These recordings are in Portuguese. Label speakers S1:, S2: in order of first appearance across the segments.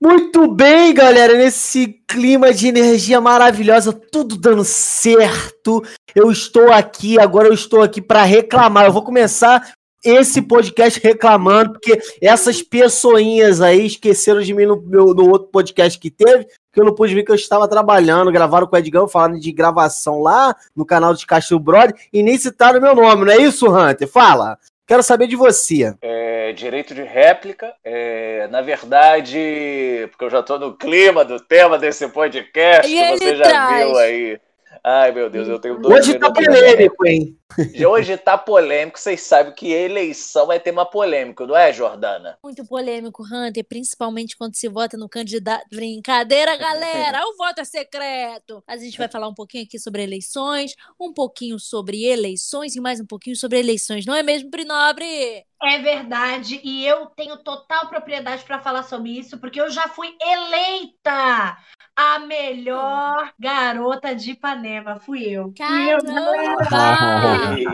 S1: Muito bem, galera, nesse clima de energia maravilhosa, tudo dando certo. Eu estou aqui, agora eu estou aqui para reclamar. Eu vou começar esse podcast reclamando, porque essas pessoinhas aí esqueceram de mim no, meu- no outro podcast que teve, que eu não pude ver que eu estava trabalhando, gravaram com o Edgão, falando de gravação lá no canal de Castro Brother, e nem citaram meu nome, não é isso, Hunter? Fala! Quero saber de você.
S2: É, direito de réplica. é, na verdade, porque eu já estou no clima do tema desse podcast,
S3: E
S2: que
S3: ele
S2: você já
S3: traz.
S2: viu aí. Ai, meu é Deus, eu tenho dois
S1: Hoje tá
S2: minutos.
S1: polêmico, hein?
S2: E Hoje tá polêmico, vocês sabem que eleição é tema polêmico, não é, Jordana?
S3: Muito polêmico, Hunter, principalmente quando se vota no candidato. Brincadeira, galera! O voto é secreto! A gente vai
S1: É.
S3: falar um pouquinho aqui sobre eleições, um pouquinho sobre eleições e mais um pouquinho sobre eleições, não é mesmo, Prinobre?
S4: É verdade, e eu tenho total propriedade para falar sobre isso, porque eu já fui eleita a melhor garota de Ipanema. Fui eu. Fui eu.
S3: um Caramba!
S4: A novidade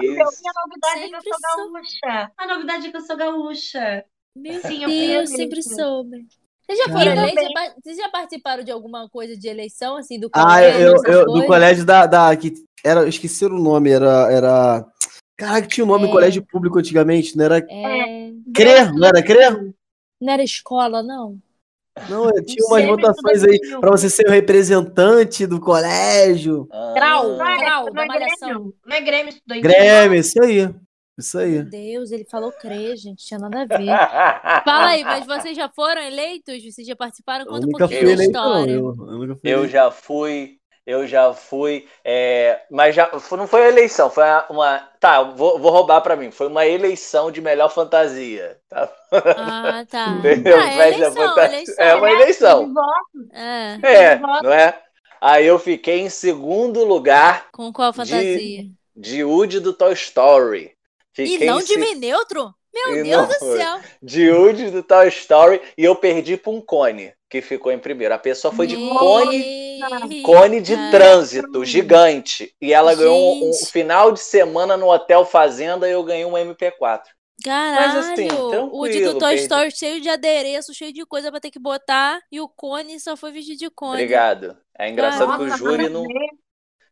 S4: é que eu
S3: Sempre
S4: sou
S3: sou.
S4: gaúcha. A novidade é que eu sou gaúcha.
S3: Meu
S4: Sim, eu fui
S3: Deus,
S4: eleita.
S3: sempre soube. Vocês já,
S4: E
S3: foram
S4: eu
S3: eleito?
S4: também.
S3: Já par- Vocês já participaram de alguma coisa de eleição, assim, do
S1: Ah,
S3: colégio,
S1: eu,
S3: essas
S1: eu- do
S3: coisas?
S1: colégio da, da que era, eu esqueci o nome, era era Caraca, tinha um nome em
S3: É.
S1: colégio público antigamente, não era
S3: É,
S1: crer, não era crer?
S3: Não era escola, não?
S1: Não, eu tinha umas
S4: Sempre
S1: votações aí
S4: estudante.
S1: pra você ser o representante do colégio.
S2: Ah.
S3: Grau,
S4: Não é,
S3: grau,
S4: não
S3: da
S4: é
S3: malhação.
S4: Grêmio. Não é Grêmio estudante.
S1: Grêmio, isso aí. Isso aí.
S3: Meu Deus, ele falou crer, gente, tinha nada a ver. Fala aí, mas vocês já foram eleitos? Vocês já participaram?
S1: Eu
S3: Conta um
S1: nunca fui
S3: pouquinho da
S1: eleito, não.
S3: história.
S1: Eu, eu nunca fui
S2: Eu
S1: eleito.
S2: já fui, eu já fui, é, mas já não foi eleição, foi uma. uma- tá, vou, vou roubar pra mim. Foi uma eleição de melhor fantasia. Tá?
S3: Ah, tá.
S2: Entendeu?
S3: Ah, é
S2: Mas é
S3: eleição,
S2: votar-
S3: eleição. né?
S2: É uma eleição.
S3: É,
S2: É, não é? Aí eu fiquei em segundo lugar
S3: com qual fantasia?
S2: de Woody do Toy Story.
S3: E
S2: Fiquei
S3: não
S2: em
S3: de
S2: se-
S3: Mineutro? Meu
S2: E
S3: Deus
S2: não-
S3: do céu.
S2: de Woody do Toy Story e eu perdi pra um cone, que ficou em primeiro. A pessoa foi de cone
S3: Eita.
S2: Cone de trânsito, gigante. E ela ganhou um, um
S3: Gente.
S2: final de semana no Hotel Fazenda e eu ganhei um MP4.
S3: Caralho,
S2: Mas assim,
S3: o de
S2: tranquilo,
S3: do Toy
S2: perdi.
S3: Story cheio de adereço, cheio de coisa pra ter que botar, e o Cone só foi vestido de Cone.
S2: Obrigado. É engraçado
S4: Nossa,
S2: que
S4: nada
S2: o júri
S4: a
S2: não.
S4: ver.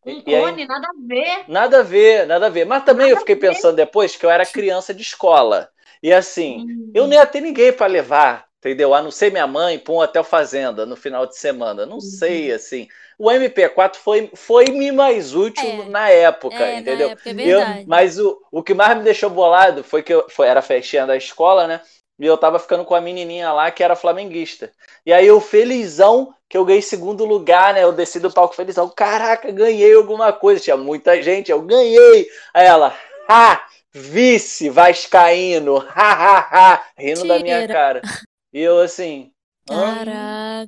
S4: Um
S2: E aí-
S4: cone, nada a ver.
S2: Nada a ver, nada a ver. Mas também eu fiquei pensando depois que eu era criança de escola. E assim, eu não ia ter ninguém pra levar, entendeu? A não ser minha mãe para um Hotel Fazenda no final de semana. Não sei,
S3: Uhum.
S2: assim. O MP4 foi, foi me mais útil
S3: É.
S2: na época,
S3: É, na
S2: entendeu?
S3: época, é
S2: E eu-
S3: verdade.
S2: mas o, o que mais me deixou bolado foi que eu, foi, era a festinha da escola, né? E eu tava ficando com a menininha lá que era flamenguista. E aí eu felizão que eu ganhei segundo lugar, né? Eu desci do palco felizão. Caraca, ganhei alguma coisa. Tinha muita gente, eu ganhei. Aí ela, ha, vice, vascaíno, ha, ha, ha. Rindo da minha
S3: Mentira.
S2: cara. E eu assim... hã?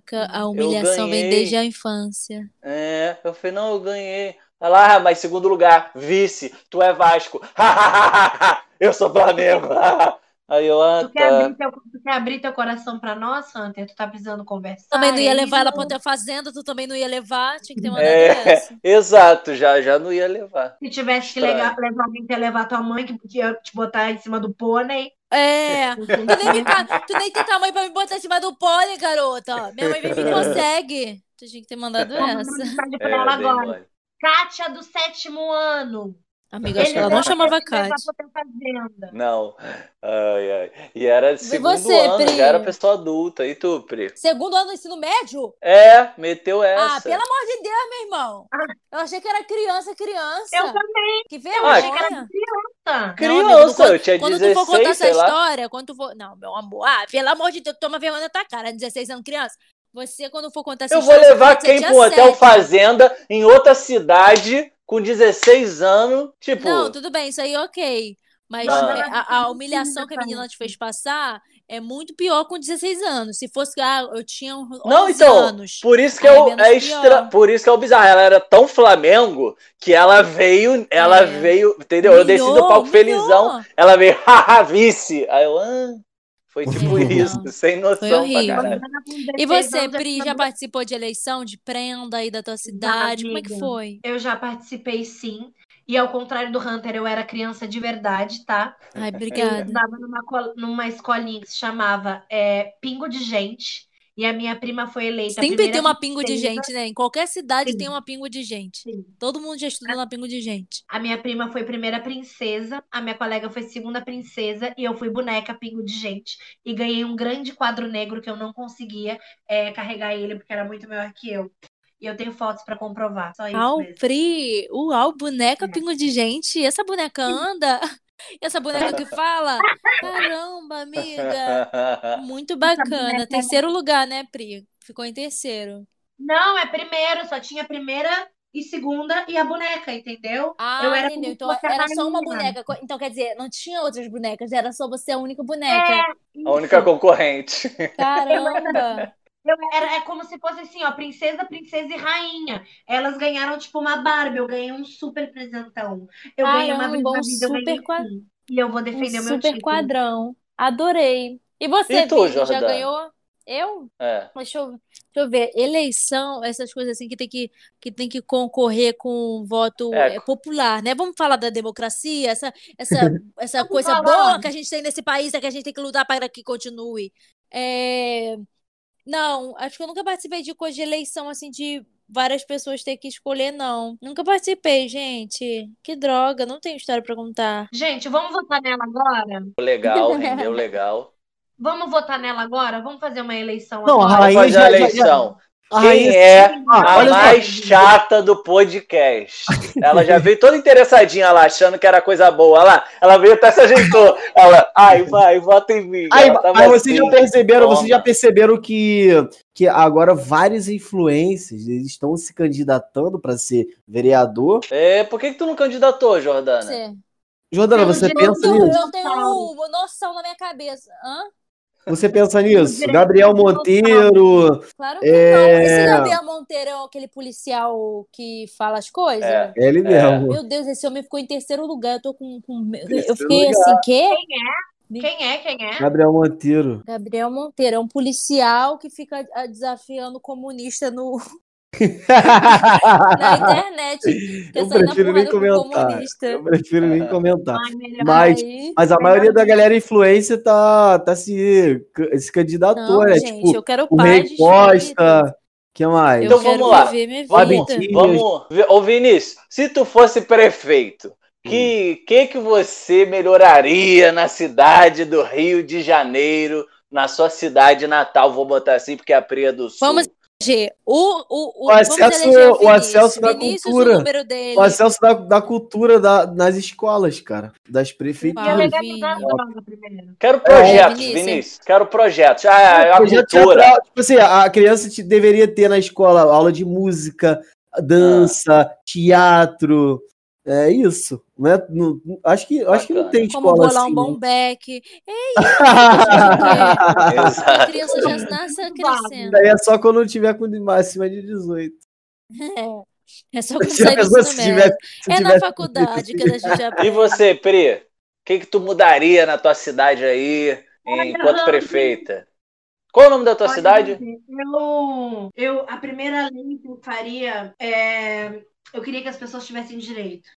S3: Caraca, a humilhação vem
S2: ganhei.
S3: desde a infância.
S2: É, eu falei, não, eu ganhei. Ela, lá, ah, mas segundo lugar, vice, tu é Vasco. eu sou Flamengo. Aí eu, ah,
S4: Tu quer,
S2: tá.
S4: abrir teu, tu quer abrir teu coração pra nós, Hunter? Tu tá precisando conversar?
S3: Também não ia
S4: É
S3: levar ela
S4: isso?
S3: pra outra fazenda, tu também não ia levar, tinha que ter uma
S2: É.
S3: dessa.
S2: Exato, já, já não ia levar.
S4: Se tivesse que
S2: Estranho.
S4: legar- levar alguém, que ia levar tua mãe, que podia te botar em cima do pônei.
S3: É, tu nem, me ca- tu nem tem tamanho pra me botar em cima do pole, garota. Minha mãe vem me consegue. Tu tinha que ter mandado
S4: Vamos
S3: essa.
S4: mandar mensagem pra
S2: É,
S4: ela
S2: dei
S4: agora.
S2: mole.
S4: Kátia do sétimo ano.
S3: Amiga, acho que ela
S4: leva
S3: não chamava
S4: pra te levar
S3: Kátia.
S4: pra outra fazenda.
S2: É,
S4: Ah,
S3: Ah, Ah, Ah,
S2: tipo,
S3: é
S2: é "Ah, tipo
S3: é ah, um é
S4: é tá? é, E a minha prima foi eleita. a
S3: Sempre
S4: primeira
S3: tem uma pingo de
S4: primeira-
S3: gente, né? Em qualquer cidade
S4: Sim.
S3: tem uma pingo de gente.
S4: Sim. Ah.
S3: Todo mundo já estudou na pingo de gente.
S4: A minha prima foi primeira princesa, a minha colega foi segunda princesa e eu fui boneca pingo de gente. E ganhei um grande quadro negro que eu não conseguia eh, carregar ele porque era muito maior que eu. E eu tenho fotos pra comprovar, só É isso mesmo.
S3: Alfri, uau, boneca
S4: É.
S3: pingo de gente. Essa boneca anda? E Essa boneca que fala? Caramba, amiga. Muito bacana.
S4: boneca- é
S3: Terceiro lugar, né, Pri? Ficou em terceiro.
S4: Não, é primeiro, só tinha primeira e segunda e a boneca, entendeu?
S3: Ah,
S4: Eu era
S3: entendeu.
S4: como
S3: Então
S4: se fosse a
S3: era só uma
S4: rainha.
S3: boneca. Co- Então quer dizer, não tinha outras bonecas, era só você a única boneca.
S2: A única
S4: Isso.
S2: concorrente.
S4: É.
S3: Caramba.
S4: Eu era, é como se fosse assim, ó, princesa, princesa e rainha. Elas ganharam, tipo, uma Barbie, eu ganhei um super presentão. Eu ganhei uma
S3: Caramba,
S4: vez na
S3: um
S4: vida, eu ganhei
S3: super quad-
S4: sim. E eu vou defender
S3: Um
S4: o meu
S3: super
S4: título.
S3: quadrão. Adorei. E você,
S2: E tu,
S3: Vitor, já
S2: Jordana?
S3: ganhou? Eu?
S2: É.
S3: Deixa eu, deixa eu ver. Eleição, essas coisas assim que tem que, que, tem que concorrer com voto
S2: É.
S3: é, popular, né? Vamos falar da democracia, essa, essa, essa
S4: Vamos
S3: coisa
S4: falar.
S3: boa que a gente tem nesse país, é que a gente tem que lutar para que continue. É, Não, acho que eu nunca participei de coisa de eleição assim de várias pessoas ter que escolher, não. Nunca participei, gente. Que droga, não tenho história para contar.
S4: Gente, vamos votar nela agora?
S2: Legal, rendeu legal.
S4: Vamos votar nela agora? Vamos fazer uma eleição
S1: Não,
S4: agora?
S1: Aí
S2: Vamos fazer
S1: já-
S2: a
S1: já-
S2: eleição.
S1: A
S2: Quem
S1: rainha-
S2: é
S1: Ah,
S2: a
S1: olha só.
S2: mais chata do podcast? Ela já veio toda interessadinha lá, achando que era coisa boa. Olha lá, ela veio até se ajeitou. Ela, ai, vai, vota em mim.
S1: Aí,
S2: Ela tava
S1: aí vocês
S2: assim.
S1: já perceberam, vocês
S2: toma.
S1: já perceberam que, que agora vários influencers eles estão se candidatando para ser vereador.
S2: É, por que, que tu não candidatou, Jordana?
S3: Você.
S1: Jordana,
S4: Pelo
S1: você
S4: direito
S1: pensa
S4: do-
S3: Não,
S1: nisso?
S3: eu tenho noção na minha cabeça. Hã?
S1: Você pensa nisso?
S4: direito
S1: Gabriel
S4: do-
S1: Monteiro.
S3: Claro que
S1: É.
S3: não. né? Esse Gabriel Monteiro é aquele policial que fala as coisas?
S2: É.
S1: É ele
S2: É.
S1: mesmo.
S3: Meu Deus, esse homem ficou em terceiro lugar. Eu tô com. com- Eu
S1: Terceiro
S3: fiquei assim, quê?
S4: Quem é? Quem é?
S1: Gabriel Monteiro.
S3: Gabriel Monteiro é um policial que fica ah, desafiando comunista no, na internet. Quer
S1: Eu
S3: sair na
S1: prefiro nem
S3: porrada com
S1: comentar.
S3: comunista.
S1: Eu prefiro nem comentar.
S4: Ai, melhor.
S1: Mas-
S3: Aí-
S1: Mas a maioria da galera influencer tá, tá se, se candidatou,
S3: Não,
S1: né?
S3: gente,
S1: tipo,
S3: eu quero
S1: o
S3: paz
S1: Rei
S3: de espírito.
S1: Costa. que mais?
S2: Então
S3: eu quero
S2: vamos lá.
S3: viver minha
S2: Vamos,
S3: vida.
S1: Vitinho.
S2: vamos. Vi- Ô Vinícius, se tu fosse prefeito, que
S1: Hum.
S2: que que você melhoraria na cidade do Rio de Janeiro, na sua cidade natal? Vou botar assim porque é a Pria do Sul.
S3: Vamos- G, o, o,
S1: O
S3: vamos
S1: acesso-
S3: eleger
S1: o acesso da
S3: Vinícius,
S1: cultura.
S3: o número dele.
S1: O acesso da, da cultura da- nas escolas, cara. Das
S4: Ia
S1: prefeituras.
S4: legalizar a
S3: Vini.
S4: droga é primeiro.
S2: Quero projetos,
S3: É, Vinícius,
S2: Vinícius, Quero projetos. Ah, a
S1: Eu já tinha
S2: cultura.
S1: pra- tipo assim, a criança te- deveria ter na escola aula de música, dança,
S2: Ah.
S1: teatro. É isso. Não é- não- acho, que, acho que não
S2: Bacana.
S1: tem
S3: Como
S1: escola
S3: bolar
S1: assim.
S3: um bom
S1: né?
S3: back. gente A
S2: Exato.
S3: criança já nasce crescendo.
S1: Daí é só quando eu tiver com de- acima de 18.
S3: É só quando
S1: Já
S3: sair do
S1: pensou
S3: ensino
S1: se
S3: médio.
S1: tivesse- se
S3: É na
S1: tivesse-
S3: faculdade que a gente
S2: E
S3: aprende.
S2: você, Pri? O que que tu mudaria na tua cidade aí,
S4: Olha,
S2: enquanto
S4: Rambo.
S2: prefeita? Qual o nome da tua
S4: Olha,
S2: cidade?
S4: gente, Eu, eu, a primeira lei que eu faria é. Eu queria que as pessoas tivessem direito.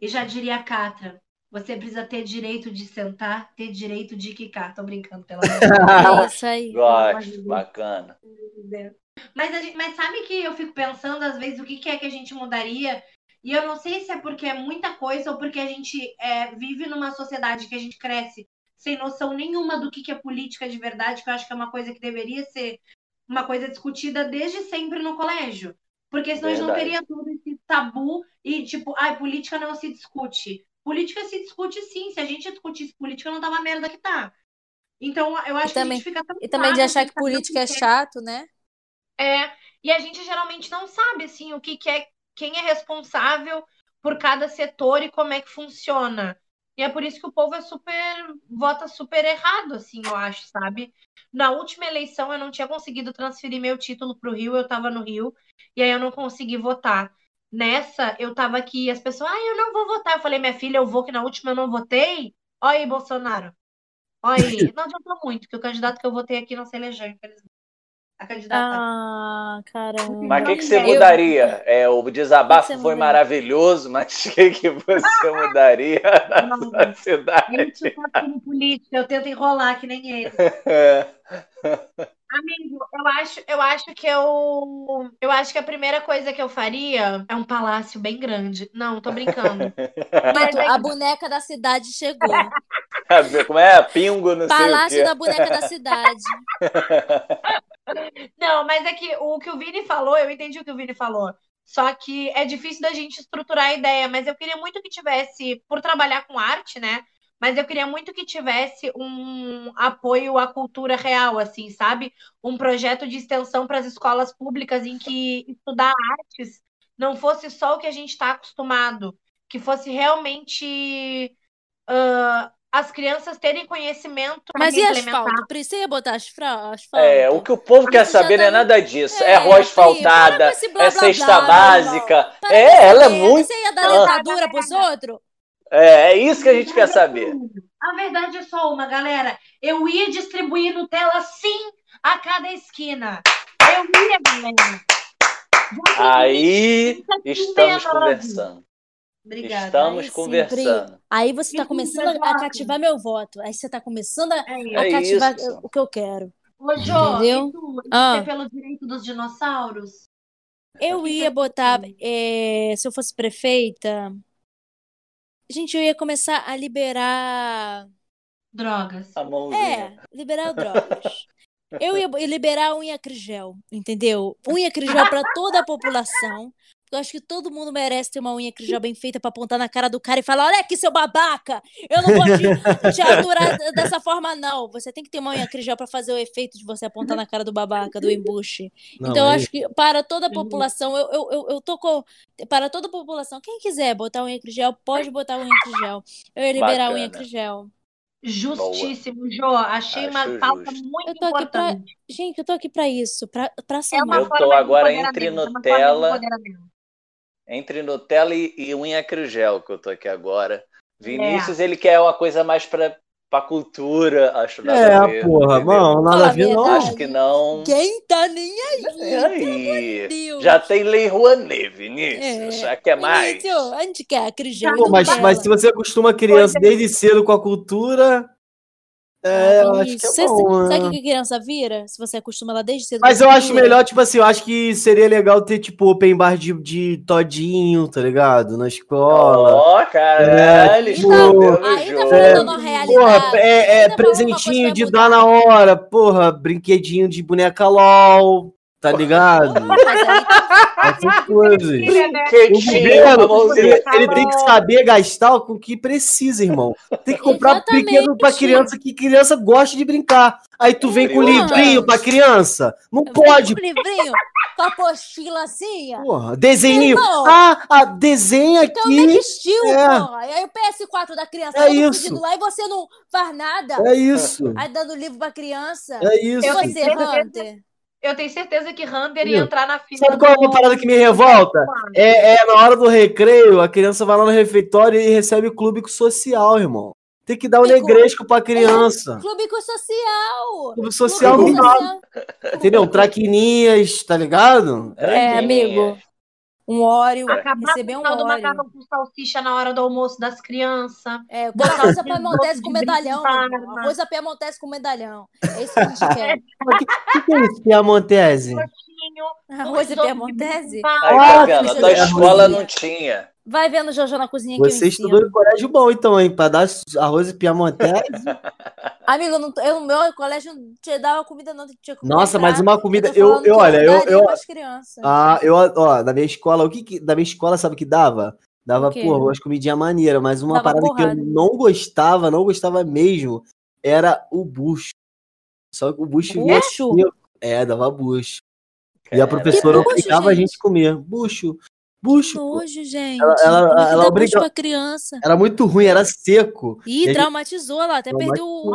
S4: E já diria a Catra: você precisa ter direito de sentar, ter direito de quicar. Tô brincando, pelo amor de Deus.
S3: É isso aí.
S2: Gosto, bacana.
S4: Entendeu? Mas, a gente- mas sabe que eu fico pensando, às vezes, o que, que é que a gente mudaria? E eu não sei se é porque é muita coisa ou porque a gente é, vive numa sociedade que a gente cresce sem noção nenhuma do que, que é política de verdade, que eu acho que é uma coisa que deveria ser uma coisa discutida desde sempre no colégio. Porque senão a
S2: Verdade.
S4: gente não teria todo esse tabu e tipo, ai, política não se discute. Política se discute sim, se a gente discutisse política não tava a merda que tá. Então, eu acho que a
S3: também-
S4: gente fica tão
S3: E também de
S4: chato
S3: achar
S4: sem
S3: que
S4: saber o
S3: política é
S4: que
S3: chato, né?
S4: é, e a gente geralmente não sabe assim o que, que é, quem é responsável por cada setor e como é que funciona. E é por isso que o povo é super, vota super errado, assim, eu acho, sabe? Na última eleição eu não tinha conseguido transferir meu título para o Rio, eu estava no Rio, e aí eu não consegui votar. Nessa, eu estava aqui e as pessoas, ah, eu não vou votar. Eu falei, minha filha, eu vou, que na última eu não votei. Olha aí, Bolsonaro. Olha aí. Não adiantou muito, porque o candidato que eu votei aqui não se elegeu, infelizmente. A candidata.
S3: Ah, caramba.
S2: Mas o que, que você
S4: Eu-
S2: mudaria? É, o desabafo
S3: O que que você
S2: foi
S3: mudaria?
S2: maravilhoso, mas o que, que você mudaria na
S4: Não,
S2: sua cidade?
S4: Gente, eu faço como política, eu tento enrolar que nem ele.
S2: É.
S4: Amigo, eu acho, eu acho que eu, eu acho que a primeira coisa que eu faria é um palácio bem grande. Não, tô brincando. Mas
S3: A boneca da cidade chegou.
S2: Como é? Pingo, não sei
S3: Palácio
S2: o quê.
S3: da boneca da cidade.
S4: é- não, mas é que o que o Vini falou, eu entendi o que o Vini falou. Só que é difícil da gente estruturar a ideia, mas eu queria muito que tivesse, por trabalhar com arte, né? Mas eu queria muito que tivesse um apoio à cultura real, assim, sabe? Um projeto de extensão para as escolas públicas em que estudar artes não fosse só o que a gente está acostumado, que fosse realmente ah, as crianças terem conhecimento tá para
S3: Mas e
S4: implementar.
S3: asfalto? Precisa botar asfra- asfalto?
S2: É, o que o povo quer
S3: Amigo, já
S2: saber não é
S3: tá no-
S2: nada disso. É,
S3: É,
S2: rua
S3: filho,
S2: asfaltada,
S3: para com esse blá,
S2: é
S3: blá,
S2: cesta
S3: blá, blá,
S2: básica.
S3: Para com essa
S2: É, ela é
S3: merda.
S2: muito.
S3: Você ia dar
S2: Ah.
S3: dentadura pros outros?
S2: É, é isso que a gente quer saber.
S4: A verdade é só uma, galera. Eu ia distribuir Nutella sim a cada esquina. Eu ia, galera.
S2: Aí estamos
S4: Obrigada.
S2: conversando.
S4: Obrigada.
S2: Estamos
S3: Aí sim,
S2: conversando.
S3: Aí você tá
S4: Isso,
S3: começando a
S4: exato.
S3: cativar meu voto. Aí você tá começando a,
S4: É
S3: a
S4: isso.
S2: É
S3: cativar
S2: isso.
S3: o que eu quero.
S4: Ô, Jô,
S3: Entendeu?
S4: e tu? Ia
S3: Ah.
S4: ser pelo direito dos dinossauros? Uhum.
S3: Eu ia botar, eh, se eu fosse prefeita, gente, eu ia começar a liberar,
S4: Drogas.
S2: A mãozinha.
S3: é, liberar drogas. Eu ia bo- liberar unha crigel, entendeu? Unha crigel pra toda a população. Eu acho que todo mundo merece ter uma unha crigel bem feita pra apontar na cara do cara e falar: olha aqui, seu babaca! Eu não vou te, te aturar d- dessa forma, não. Você tem que ter uma unha crigel pra fazer o efeito de você apontar na cara do babaca, do embuste. Então,
S1: é
S2: é
S3: eu acho que para toda a
S4: Uhum.
S3: população, eu, eu, eu, eu tô com. Para toda a população, quem quiser botar unha crigel, pode botar unha crigel. Eu ia liberar a unha
S2: Bacana.
S3: crigel.
S4: Justíssimo, Jô. Achei uma
S2: Acho
S4: pauta
S2: justo.
S4: muito
S3: Eu tô aqui pra-
S4: importante.
S3: Gente, eu tô aqui pra isso, pra, pra
S4: É uma
S3: somar.
S2: Eu tô
S4: forma de
S2: agora
S4: empoderamento,
S2: entre
S4: é uma forma de
S2: Nutella-
S4: empoderamento.
S2: Entre Nutella e, e unha crigel, que eu tô aqui agora.
S3: É.
S2: Vinícius, ele quer uma coisa mais pra, pra cultura, acho nada a
S1: É,
S2: ver,
S1: porra,
S2: entendeu?
S1: não, nada a ver,
S3: Verdade.
S1: não.
S2: Acho que não.
S3: Quem tá nem aí?
S2: E
S3: Meu
S2: aí?
S3: Deus.
S2: Já tem Lei Rouanet, Vinícius.
S3: É.
S2: Já quer mais?
S3: Vinícius, a gente quer a crigel.
S1: Pô,
S3: não
S1: mas,
S3: dela.
S1: mas se você acostuma a criança
S3: é.
S1: desde cedo com a cultura, é, eu acho que é
S3: Vinícius,
S1: bom.
S3: Sabe o
S1: né?
S3: que a criança vira? Se você acostuma ela desde cedo.
S1: Mas
S3: com
S1: eu acho
S3: cultura.
S1: melhor, tipo assim, eu acho que seria legal ter, tipo, open bar de, de todinho, tá ligado? Na escola.
S2: Ó, caralho,
S1: É,
S3: tipo,
S2: escondeu no
S3: Aí tá
S2: jogo.
S3: falando uma
S1: Porra,
S3: realidade.
S1: é, é
S3: Ainda falou uma coisa
S1: presentinho
S3: que
S1: de
S3: vai
S1: dar na hora, porra, brinquedinho de boneca LOL, tá ligado?
S3: Mas aí
S1: Essas coisas.
S4: Filha, né?
S1: O
S2: Brinquedinho,
S1: governo,
S2: a
S1: o
S2: mãozinha.
S1: governo, ele tem que saber gastar com o que precisa, irmão. Tem que comprar
S3: Exatamente.
S1: brinquedo pra criança que criança gosta de brincar. Aí tu vem com
S2: Criança.
S1: livrinho pra criança. Não pode,
S3: Um livrinho com a postila assim, ó.
S1: porra. Desenho.
S3: Irmão.
S1: Ah, ah, desenha
S3: Então, nem
S1: aqui.
S3: estilo,
S1: é.
S3: porra. E aí o PS4 da criança
S1: É
S3: todo
S1: isso.
S3: fudido lá e você não faz nada.
S1: É isso.
S3: Aí dando livro pra criança.
S1: É
S3: E
S1: isso.
S3: você,
S4: Eu tenho
S3: Hunter?
S4: Eu tenho certeza que Hunter ia
S1: Sim.
S4: entrar na fila
S1: Sabe qual é uma
S4: do-
S1: parada que me revolta? É, é na hora do recreio, a criança vai lá no refeitório e recebe clube social, irmão. Tem que dar o
S3: Pico.
S1: negresco pra criança.
S3: Clube com social.
S1: Clube social
S3: Clube
S1: não
S3: com
S1: dá,
S3: social.
S1: entendeu? Traquininhas, tá ligado?
S3: É, amigo. Um óleo.
S4: Acabar
S3: Receber um
S4: com o tal do
S3: óleo.
S4: macarrão com salsicha na hora do almoço das crianças.
S3: É, arroz a pé
S4: Doce
S3: Montes
S4: de
S3: com medalhão.
S4: brincar,
S3: meu irmão.
S4: né?
S3: Arroz a pé Montes com medalhão. É isso que a gente quer.
S1: O que, que é isso que é a Montese?
S4: Coxinho,
S3: Arroz é a
S4: risoto
S3: pé
S4: de
S3: Montese?
S4: brincar.
S2: Aí,
S1: Ah,
S2: tá vendo? A tua
S1: isso é
S2: escola
S3: ruim.
S2: não tinha.
S3: Vai vendo Jojo na cozinha que
S1: Você
S3: eu
S1: estudou
S3: ensino.
S1: em colégio bom, então, hein? Pra dar arroz e piamontese.
S3: Amigo, eu não, eu, no meu colégio não te dava comida, não. Tinha que
S1: Nossa,
S3: comprar.
S1: mas uma comida.
S3: tô
S1: Eu,
S3: falando
S1: eu
S3: que
S1: olha, eu,
S3: daria
S1: eu,
S3: pras crianças.
S1: ah, eu, ó, na minha escola, o que, que na minha escola sabe o que dava? Dava,
S3: O quê?
S1: porra, umas comidinha maneira, mas uma
S3: Dava
S1: parada que
S3: porrada.
S1: eu não gostava, não gostava mesmo, era o bucho. Só que o bucho vinha.
S3: Bucho?
S1: É, dava bucho. E a professora
S3: Que bucho,
S1: obrigava a
S3: gente?
S1: gente a comer. Bucho. Bucho. pô.
S3: Nojo, gente.
S1: Ela- ela-
S3: Como é que
S1: ela
S3: dá
S1: obriga-
S3: bucho pra criança?
S1: Era muito ruim, era seco. E a
S3: Ih,
S1: gente-
S3: traumatizou lá. Até perdeu o...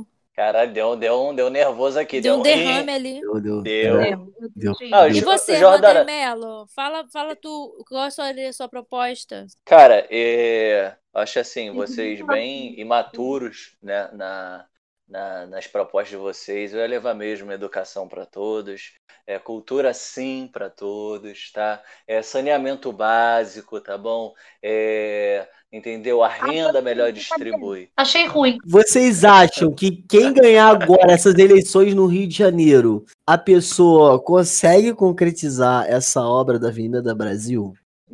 S3: o-
S2: Caralho, deu, deu, um- deu nervoso aqui.
S3: Deu um
S2: Ih,
S3: derrame ali.
S1: Meu Deus.
S2: Deu.
S3: É.
S4: Eu- eu
S1: Deu.
S4: senti.
S2: Ah,
S3: E
S2: Jo-
S3: você,
S2: Jordana-
S3: Rodrigo Melo? Fala, fala tu, qual seria a sua proposta? Uhum.
S2: Cara, é, acho assim, vocês
S4: Inclusive,
S2: bem imaturos, né, na, na- nas propostas de vocês. Eu ia levar mesmo educação para todos, é, cultura sim para todos, tá? É, saneamento básico, tá bom? É, entendeu? A renda melhor
S3: tá
S2: distribui.
S4: Achei ruim.
S1: Vocês acham que quem ganhar agora essas eleições no Rio de Janeiro, a pessoa consegue concretizar essa obra da Avenida da Brasil?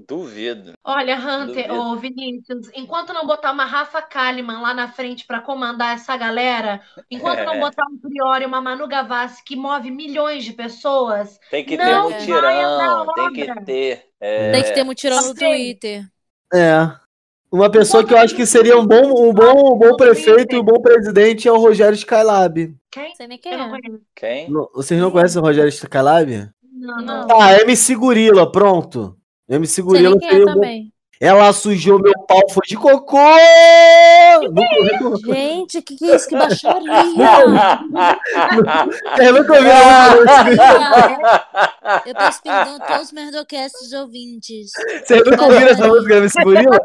S2: Duvido.
S4: Olha, Hunter,
S2: Duvido.
S4: ô Vinícius, enquanto não botar uma Rafa Kalimann lá na frente pra comandar essa galera, enquanto não
S2: É.
S4: botar um Priori, uma Manu Gavassi que move milhões de pessoas,
S2: Tem que
S4: Não
S2: ter
S4: vai andar
S2: mutirão,
S4: a
S2: tem que
S4: obra.
S2: ter. é,
S3: Tem que ter mutirão no
S4: Assim.
S3: Twitter.
S1: É. Uma pessoa que eu acho que seria um bom, um bom, um bom prefeito e um bom presidente é o Rogério Skylab.
S4: quem?
S3: Não sei nem quem
S4: Eu não
S3: é.
S4: conheço.
S2: Quem?
S1: Não- Vocês não conhecem o Rogério Skylab?
S4: Não, não.
S1: Tá, MC Gorila, pronto. MC
S3: Não sei
S1: Gorila
S3: nem quem é
S1: seria um bom...
S3: também.
S1: Ela sujou meu pau, foi de cocô! Nunca-
S3: Gente, que que é isso? Que baixaria!
S2: Não.
S1: Eu nunca ouvi
S3: Ah!
S1: falar desse-
S3: Eu peço perdão a todos os merdocasts ouvintes.
S1: Vocês nunca ouviram essa música da MC Gorila?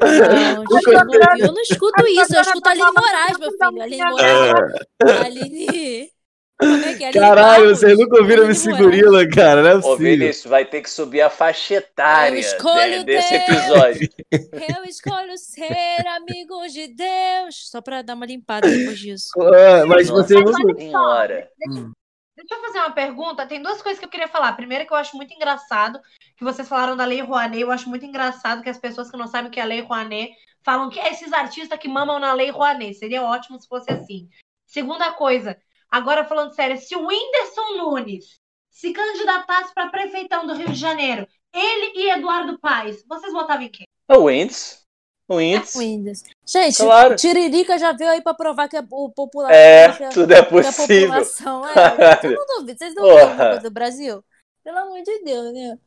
S3: Não, desculpa, eu, não escuto isso, eu escuto a Aline Moraes, meu filho. Aline Moraes. Aline. Como é que é? Aline
S1: Caralho,
S3: Barros?
S1: vocês nunca ouviram
S3: Aline
S1: MC
S3: Moraes.
S1: Gorila, cara, não é
S2: Ô,
S1: possível.
S2: Vinícius, vai ter que subir a faixa etária
S3: Eu escolho
S2: de- desse
S3: Deus.
S2: episódio.
S3: Eu escolho ser amigo de Deus. Só pra dar uma limpada depois disso.
S1: Ah, mas
S2: Nossa.
S1: vocês nunca.
S2: Senhora.
S4: Deixa eu fazer uma pergunta. Tem duas coisas que eu queria falar. Primeiro, que eu acho muito engraçado, que vocês falaram da Lei Rouanet. Eu acho muito engraçado que as pessoas que não sabem o que é a Lei Rouanet falam que é esses artistas que mamam na Lei Rouanet. Seria ótimo se fosse assim. Segunda coisa, agora falando sério, se o Whindersson Nunes se candidatasse para prefeitão do Rio de Janeiro, ele e Eduardo Paes, vocês votavam em quem?
S2: É O Winds. O
S3: É
S2: Winds.
S3: Windows. Gente,
S2: Claro.
S3: Tiririca já veio aí pra provar que é o popular.
S2: É,
S3: que a-
S2: tudo é
S3: que a
S2: possível.
S3: população é.
S2: Caralho.
S3: Eu não duvido. Vocês não duvidam alguma
S2: Porra.
S3: coisa do Brasil? Pelo amor de Deus, né?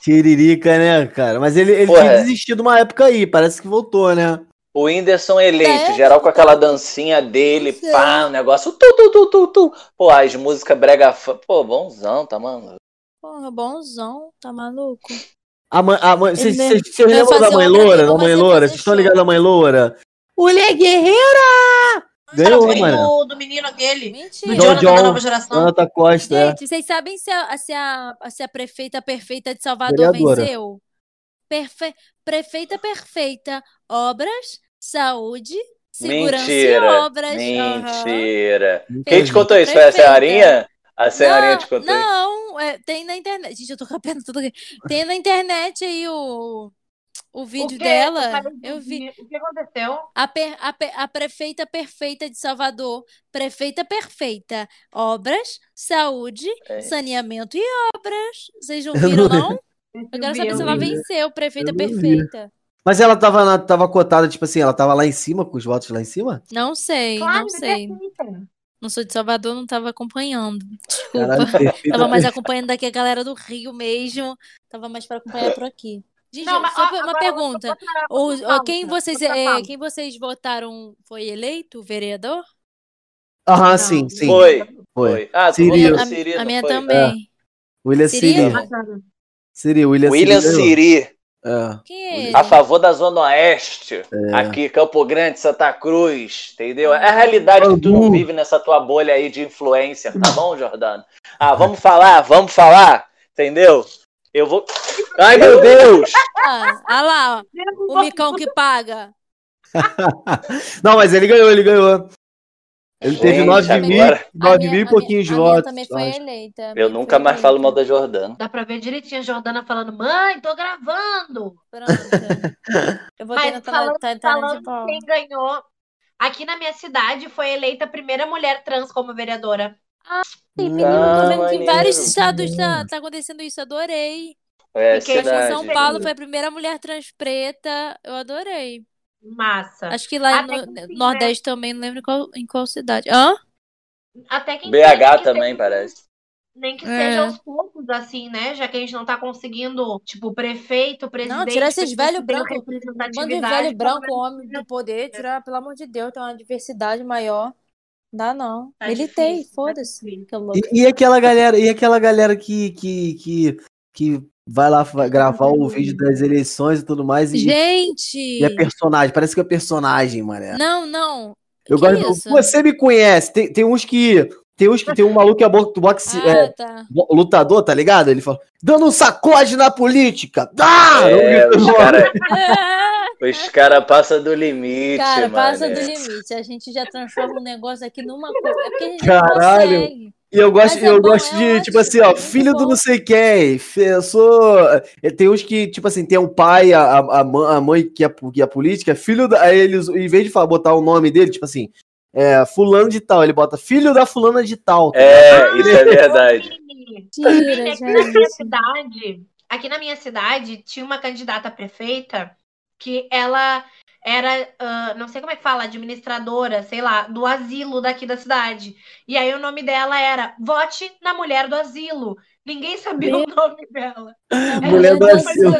S1: Tiririca, né, cara? Mas ele, ele
S2: Ué.
S1: tinha desistido uma época aí, parece que voltou, né?
S2: O Whindersson eleito,
S3: É.
S2: geral com aquela dancinha dele,
S3: Sim.
S2: pá, o negócio. Tu, tu, tu, tu, tu. Pô, as músicas brega. fa- Pô, bonzão, tá, mano?
S3: Porra, bonzão, tá maluco?
S1: A mãe, a mãe, vocês,
S3: Ele
S1: vocês- vocês
S3: vai
S1: lembram da
S3: fazer
S1: mãe
S3: outra,
S1: loura?
S3: ele
S1: Da
S3: vai
S1: mãe
S3: fazer
S1: loura?
S3: fazer
S1: Vocês estão
S3: show.
S1: ligados da mãe loura? Mulher guerreira! Ganhou,
S4: Ela foi
S1: mano.
S4: do, do menino aquele, do
S3: Mentira.
S1: John
S4: Jonathan da
S1: John.
S4: Nova Geração.
S1: Jonathan Costa, é.
S3: Gente, vocês sabem se a, se a, se a prefeita perfeita de Salvador
S1: Vereadora.
S3: venceu? Perfe- Prefeita perfeita. Obras, saúde, segurança e
S2: Mentira.
S3: obras. Aham.
S2: Mentira. Quem te
S3: Perfeita,
S2: contou isso? Foi a
S3: perfeita.
S2: senhorinha? A senhorinha
S3: não,
S2: te contou isso?
S3: Não, é, tem na internet. Gente, eu tô com a perna toda aqui. Tem na internet aí o, o vídeo
S4: O quê?
S3: dela.
S4: Saiu do
S3: Eu vi.
S4: dia. O que aconteceu?
S3: A, per- a pe- a prefeita perfeita de Salvador. Prefeita perfeita. Obras, saúde,
S2: É.
S3: saneamento e obras. Vocês não
S1: Eu não
S3: viram, não? Eu
S4: Eu
S3: quero
S4: vi,
S3: saber
S4: eu
S3: se ela
S4: vi.
S3: venceu, prefeita
S1: Eu não vi.
S3: perfeita.
S1: Mas ela tava, na- tava cotada, tipo assim, ela tava lá em cima, com os votos lá em cima?
S3: Não sei,
S4: Claro,
S3: não
S4: ele é
S3: sei.
S4: perfeita.
S3: Não sou de Salvador, não tava acompanhando. Desculpa. é
S1: Caralho, perfeita.
S4: Então,
S3: Tava
S4: é.
S3: mais acompanhando daqui a galera do Rio mesmo. Tava mais pra acompanhar por aqui. Gente,
S4: Não, mas,
S3: só
S4: ó,
S3: uma
S4: agora eu vou
S3: pergunta.
S4: botar-
S3: Ou,
S4: outra
S3: ou quem,
S4: pauta,
S3: vocês,
S4: outra
S3: é,
S4: pauta.
S3: quem vocês votaram foi eleito, vereador?
S1: Aham,
S4: Não.
S2: Ah,
S1: sim, sim.
S2: Foi.
S1: Foi.
S2: Ah, tu
S1: Cirilo.
S2: votou no
S3: A-
S2: Siri,
S3: a
S2: não
S3: minha
S2: foi?
S3: também.
S1: William
S3: Siri?
S1: Siri.
S4: Bacana.
S1: Siri, William,
S2: William
S1: Siri.
S2: Siri,
S1: ganhou. É.
S3: Quem é ele?
S2: a favor da Zona Oeste, aqui, Campo Grande, Santa Cruz, entendeu? É a realidade que tu não
S1: Hum, Bangu. Hum.
S2: vive nessa tua bolha aí de influência, tá bom, Jordano? Ah, vamos falar, vamos falar, entendeu? Eu vou. Ai, meu Deus!
S3: Ah, ah lá, ó, o micão que paga.
S1: Não, mas ele ganhou, ele ganhou. Ele teve
S2: Gente,
S1: 9 mil,
S2: agora-
S3: A
S1: 9
S3: minha-
S1: mil e
S3: a
S1: pouquinhos
S3: minha, a minha
S1: votos.
S3: também
S1: eu
S3: foi
S1: acho.
S3: eleita. a minha
S2: Eu nunca
S3: foi
S2: mais falo mal
S3: eleita.
S2: da Jordana.
S4: Dá pra ver direitinho a Jordana falando, mãe, tô gravando.
S3: Pronto. Eu vou
S4: Mas
S3: tentar falar,
S4: Falando quem ganhou. Aqui na minha cidade foi eleita a primeira mulher trans como vereadora.
S3: Ih, menino,
S2: Ah,
S3: tô vendo que em vários
S2: maneiro.
S3: estados tá, tá acontecendo isso, adorei.
S2: É,
S4: Fiquei
S3: Acho que em
S2: cidade.
S3: São Paulo foi a primeira mulher trans preta, eu adorei.
S4: Massa.
S3: Acho que lá
S4: Até
S3: no
S4: que enfim,
S3: Nordeste também, não lembro qual- em qual cidade. Hã?
S4: Até quem
S2: BH também, parece.
S4: um- Nem que
S3: É.
S4: seja aos poucos, assim, né? Já que a gente não tá conseguindo, tipo, prefeito, presidente.
S3: Não, tirar esses
S4: pessoas
S3: velho
S4: que tenham
S3: branco, Manda o
S4: representatividade,
S3: velho
S4: pelo
S3: branco,
S4: menos né?
S3: homem do poder, tirar, pelo amor de Deus, tem uma diversidade maior. Dá não.
S4: tá
S3: Militei,
S4: difícil, tá
S3: foda-se.
S4: difícil.
S3: Que louco.
S1: E, e aquela galera, e aquela galera que, que, que, que vai lá fa- gravar o vídeo das eleições assim, e tudo mais. E,
S3: Uhum. Gente!
S1: e é personagem, parece que é personagem, mané.
S3: Não, não.
S1: Eu
S3: Que
S1: gosto do-
S3: isso?
S1: Você me conhece. Tem, tem uns que. Tem uns que tem um maluco que é bo- boxe, é,
S3: Ah, tá.
S1: bo- lutador, tá ligado? Ele fala, dando um sacode na política. Ah!
S2: É, os caras
S3: Ah,
S2: os cara passam do limite,
S3: Cara,
S2: mano.
S3: passa do limite. A gente já transforma um negócio aqui numa coisa. É porque a gente
S1: Caralho.
S3: não consegue.
S1: E eu gosto,
S3: Mas é
S1: eu
S3: bom,
S1: gosto
S3: é
S1: de, tipo
S3: ótimo,
S1: assim, ó,
S3: muito
S1: filho do
S3: bom.
S1: não sei quem. fi- Eu sou. eh, Tem uns que, tipo assim, tem um pai, a, a, a mã- a mãe que é, po- que é política, filho da. Aí eles, em vez de fa- botar o nome dele, tipo assim, é, fulano de tal, ele bota filho da fulana de tal.
S2: É, isso é verdade.
S4: Sim,
S3: Tira,
S4: aqui na minha
S3: gente.
S4: cidade, aqui na minha cidade tinha uma candidata a prefeita que ela era, ah, não sei como é que fala, administradora, sei lá, do asilo daqui da cidade. E aí o nome dela era Vote na Mulher do Asilo. Ninguém sabia o nome dela.
S1: Mulher do
S3: Meu Deus,
S1: Brasil.
S3: Brasil.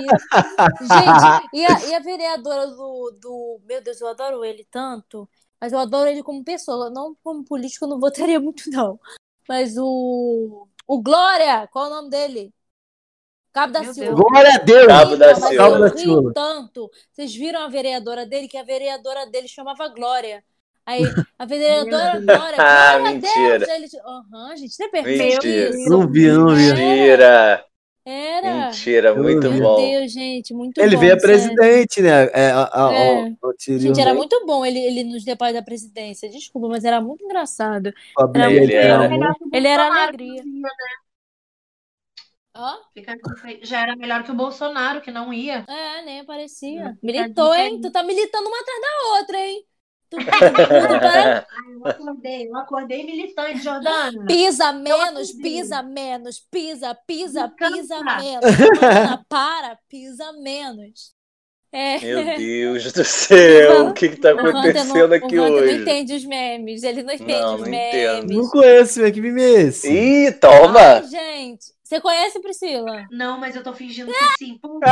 S3: é Gente, e a, e a vereadora do, do. Meu Deus, eu adoro ele tanto. Mas eu adoro ele como pessoa. Não como político, eu não votaria muito, não. Mas o. O Glória! Qual é o nome dele? Cabo da
S4: Meu
S3: Silva.
S1: Glória a Deus!
S2: Cabo da
S3: Não, mas
S2: Ciolo.
S1: Cabo da
S3: Eu
S1: Ciolo.
S3: ri tanto. Vocês viram a vereadora dele, que a vereadora dele chamava Glória. Aí, a vereadora Glória.
S2: Ah,
S3: Glória a
S2: mentira.
S3: Deus! Aí ele- Aham, gente, você percebeu
S2: Mentira.
S3: isso?
S1: Não vi, não vi.
S2: Mentira,
S3: Era.
S2: mentira, muito
S1: Meu
S3: Meu
S2: bom.
S3: Deus, gente, muito
S1: Ele
S3: bom.
S1: veio a
S3: sério.
S1: presidente, né? É, a, a,
S3: É.
S1: o- o Tirinho
S3: Gente, era
S1: veio
S3: muito bom ele, ele nos debates da presidência. Desculpa, mas era muito engraçado.
S1: com a
S3: era
S1: Bia,
S3: muito
S1: ele era
S2: legal.
S1: muito-
S3: Ele era
S4: Bolsonaro,
S3: alegria. Hã?
S4: Fica- Já era melhor que o Bolsonaro, que não ia.
S3: É, né? Parecia.
S4: Hum,
S3: Militou,
S4: tá
S3: hein?
S4: diferente.
S3: Tu tá militando uma atrás da outra, hein? Tu tudo para...
S4: Ai, eu acordei, eu acordei militante, Jordana.
S3: Pisa menos,
S4: acordei.
S3: pisa menos, pisa, pisa,
S4: Descansa.
S3: pisa menos. Ana, para, pisa menos. É.
S2: Meu Deus do céu, o que que tá
S3: O Hunter não,
S2: acontecendo
S3: o
S2: aqui
S3: Hunter não
S2: hoje?
S3: entende os memes, ele não entende
S2: Não,
S3: os
S2: não
S3: memes.
S2: entendo.
S1: Não conheço, velho. Que meme é esse?
S2: Ih,
S3: Ai,
S2: toma!
S3: gente, você conhece Priscila?
S4: Não, mas eu tô fingindo que sim. Puta,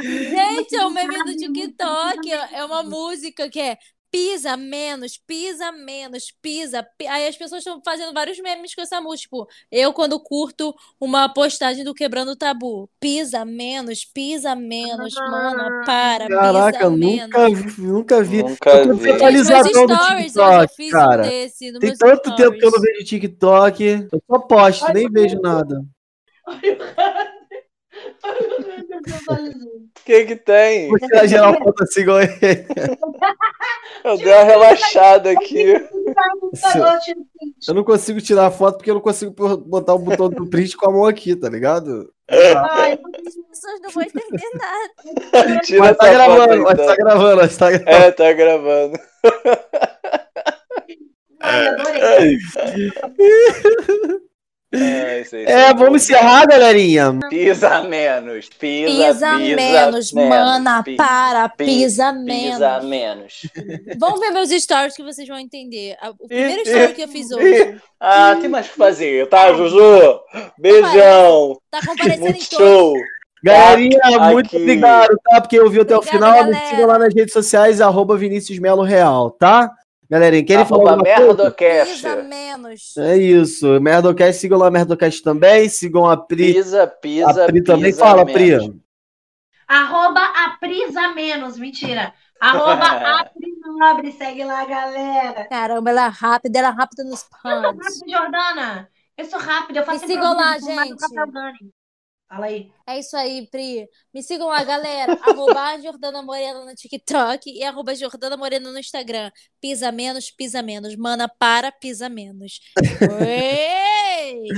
S3: Gente, é um meme do TikTok. É uma música que é pisa menos, pisa menos, pisa. pi- Aí as pessoas estão fazendo vários memes com essa música. Tipo, eu quando curto uma postagem do Quebrando o Tabu, pisa menos, pisa menos, mana, para,
S1: Caraca,
S3: pisa
S1: nunca
S3: menos.
S1: vi, nunca vi.
S2: Nunca
S1: Eu tô
S2: vi.
S3: Gente, meus
S1: atualizadão do
S3: stories, eu já
S1: TikTok,
S3: fiz
S1: cara.
S3: um desse no
S1: Tem
S3: meus
S1: tanto tempo que eu não
S3: stories. um
S1: vejo TikTok. Eu só posto,
S4: Olha
S1: nem
S4: o
S1: vejo nada.
S2: O que que tem?
S1: Porque a geral falta assim igual ele.
S2: Eu dei uma relaxada
S3: tá
S2: aqui.
S1: Eu não consigo tirar foto porque eu não consigo pô- botar o botão do print com a mão aqui, tá ligado?
S3: As pessoas não vão entender nada.
S2: Tira
S1: Mas
S2: essa
S1: tá gravando,
S2: foto
S1: mas
S2: aí,
S1: tá
S2: então.
S1: gravando, mas tá gravando.
S2: É, tá gravando.
S4: Ai, adorei.
S2: Ah, isso aí,
S1: É,
S2: isso
S1: vamos encerrar, galerinha.
S2: Pisa menos, pisa,
S3: Pisa, menos, mana,
S2: pi-
S3: para,
S2: pi-
S3: pisa menos.
S2: Pisa menos.
S3: Vão ver meus stories que vocês vão entender. A- O
S2: Ih,
S3: primeiro story
S2: ih,
S3: que eu fiz
S2: ih.
S3: hoje.
S2: Ah, tem mais o que fazer, tá, Juju? Beijão!
S3: Tá comparecendo
S2: Muito
S3: em todos.
S2: show!
S1: Galerinha,
S2: Aqui.
S1: muito obrigado, tá? Porque ouviu até o
S3: Obrigada,
S1: final. Me
S3: galera.
S1: sigam lá nas redes sociais, arroba Vinícius Melo Real, tá? Galerinha, querem falar
S2: Arroba
S1: alguma coisa?
S2: Merdocast.
S3: Pisa menos.
S1: É isso. Merdocast, sigam lá Merdocast também. Sigam a Pri.
S2: Pisa, pisa,
S1: a Pri
S2: pisa
S1: também. Fala,
S2: menos.
S1: Pri.
S4: Arroba aprisa menos, mentira. Arroba aprinobre, segue lá, galera.
S3: Caramba, ela é rápida, ela é rápida nos punts.
S4: Rápido, Jordana. Eu sou rápida, eu faço
S3: Me sigam lá,
S4: improviso, mas eu
S3: gente.
S4: capazane. Fala aí.
S3: É isso aí, Pri. Me sigam lá, galera. Arroba Jordana Morena no TikTok e arroba Jordana Morena no Instagram. Pisa menos, pisa menos. Mana, para, pisa menos. Oi!